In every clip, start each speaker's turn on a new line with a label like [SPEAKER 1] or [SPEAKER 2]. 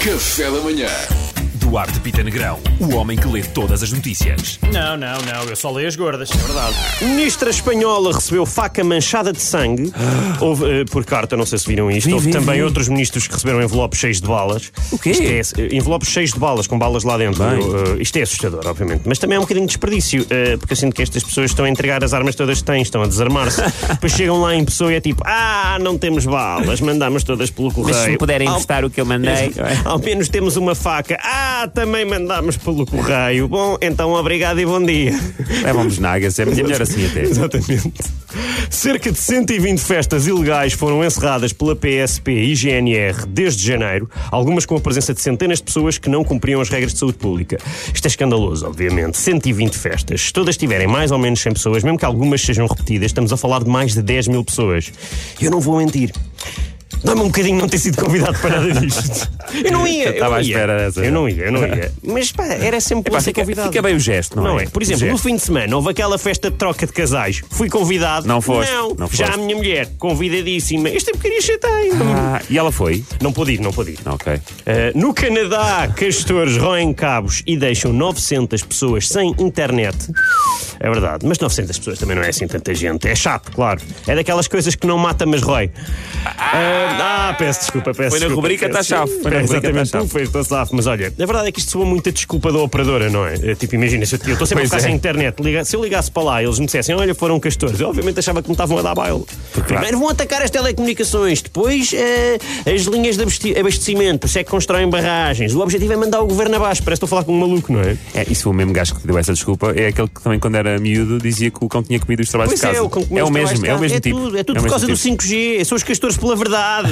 [SPEAKER 1] Café da Manhã.
[SPEAKER 2] Duarte Pita Negrão, o homem que lê todas as notícias.
[SPEAKER 3] Não, não, não, eu só leio as gordas. É verdade.
[SPEAKER 4] Ministra espanhola recebeu faca manchada de sangue Houve, eh, por carta, não sei se viram isto.
[SPEAKER 2] Vi,
[SPEAKER 4] Houve
[SPEAKER 2] vi,
[SPEAKER 4] também
[SPEAKER 2] vi.
[SPEAKER 4] outros ministros que receberam envelopes cheios de balas.
[SPEAKER 2] O quê?
[SPEAKER 4] Isto é, eh, envelopes cheios de balas, com balas lá dentro.
[SPEAKER 2] Bem.
[SPEAKER 4] Eu, eh, isto é assustador, obviamente. Mas também é um bocadinho de desperdício, eh, porque eu sinto que estas pessoas estão a entregar as armas todas que têm, estão a desarmar-se. Depois chegam lá em pessoa e é tipo: ah, não temos balas, mandamos todas pelo correio.
[SPEAKER 5] Mas se me puderem
[SPEAKER 4] Ao-
[SPEAKER 5] emprestar o que eu mandei. é?
[SPEAKER 4] Ao menos temos uma faca. Ah, também mandámos pelo correio. Bom, então obrigado e bom dia.
[SPEAKER 5] Levam-nos nagas, é melhor assim até.
[SPEAKER 4] Exatamente. Cerca de 120 festas ilegais foram encerradas pela PSP e GNR desde janeiro, algumas com a presença de centenas de pessoas que não cumpriam as regras de saúde pública. Isto é escandaloso, obviamente. 120 festas. Se todas tiverem mais ou menos 100 pessoas, mesmo que algumas sejam repetidas, estamos a falar de mais de 10 mil pessoas. Eu não vou mentir. Dá-me um bocadinho não ter sido convidado para nada disto. Eu não ia. Eu
[SPEAKER 5] Estava
[SPEAKER 4] não
[SPEAKER 5] à
[SPEAKER 4] ia.
[SPEAKER 5] espera dessa.
[SPEAKER 4] Eu não ia, eu não ia. Mas pá, era sempre bom
[SPEAKER 5] Pá,
[SPEAKER 4] ser
[SPEAKER 5] fica,
[SPEAKER 4] convidado.
[SPEAKER 5] fica bem o gesto, não,
[SPEAKER 4] Não é? Por exemplo,
[SPEAKER 5] O
[SPEAKER 4] no
[SPEAKER 5] gesto.
[SPEAKER 4] fim de semana houve aquela festa de troca de casais. Fui convidado.
[SPEAKER 5] Não foste,
[SPEAKER 4] Não,
[SPEAKER 5] não
[SPEAKER 4] já
[SPEAKER 5] foste.
[SPEAKER 4] a minha mulher, convidadíssima. Este é bocadinho chatei.
[SPEAKER 5] Ah, e ela foi? Ah,
[SPEAKER 4] Não pude ir, não pude ir.
[SPEAKER 5] Ok.
[SPEAKER 4] Uh, no Canadá, castores roem cabos e deixam 900 pessoas sem internet. É verdade, mas 900 pessoas também não é assim tanta gente. É chato, claro. É daquelas coisas que não mata, mas rói. Uh, ah, peço desculpa, peço
[SPEAKER 5] Foi na
[SPEAKER 4] desculpa,
[SPEAKER 5] rubrica
[SPEAKER 4] peço
[SPEAKER 5] tá chafo, foi na
[SPEAKER 4] desculpa.
[SPEAKER 5] rubrica
[SPEAKER 4] Exatamente,
[SPEAKER 5] tá chafo.
[SPEAKER 4] tu fez, tá safo. Mas olha, a verdade é que isto soa muita desculpa da operadora, não é? É, Tipo, imagina, se eu eu estou sempre a
[SPEAKER 5] Pois
[SPEAKER 4] ficar
[SPEAKER 5] é.
[SPEAKER 4] sem internet. liga- se eu ligasse para lá e eles me dissessem, olha, foram castores, eu obviamente achava que me estavam a dar baile. Primeiro vão atacar as telecomunicações, depois eh, as linhas de abasteci- abastecimento, por isso é que constroem barragens. O objetivo é mandar o governo abaixo, parece que estou a falar com um maluco, não é?
[SPEAKER 5] É, isso foi o mesmo gajo que te deu essa desculpa. É aquele que também, quando era miúdo, dizia que o cão tinha comido os trabalhos
[SPEAKER 4] Pois
[SPEAKER 5] de casa.
[SPEAKER 4] é, o cão comeu
[SPEAKER 5] é o
[SPEAKER 4] os trabalhos
[SPEAKER 5] mesmo,
[SPEAKER 4] de
[SPEAKER 5] é o
[SPEAKER 4] casa.
[SPEAKER 5] mesmo tipo.
[SPEAKER 4] Tudo, é tudo
[SPEAKER 5] o
[SPEAKER 4] por
[SPEAKER 5] mesmo
[SPEAKER 4] causa
[SPEAKER 5] tipo.
[SPEAKER 4] do 5G, são os castores pela verdade.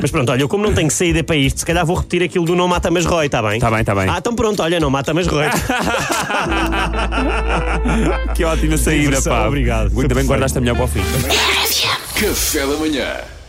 [SPEAKER 4] mas pronto, olha, eu como não tenho saída para isto, se calhar vou repetir aquilo do não mata mas rói, está bem?
[SPEAKER 5] Tá bem, tá bem.
[SPEAKER 4] Ah, então pronto, olha, não mata mas rói.
[SPEAKER 5] Que ótima saída,
[SPEAKER 4] Diversão,
[SPEAKER 5] pá.
[SPEAKER 4] obrigado. Foi
[SPEAKER 5] Muito bem,
[SPEAKER 4] perfeito.
[SPEAKER 5] guardaste a melhor para o fim.
[SPEAKER 1] Café da Manhã.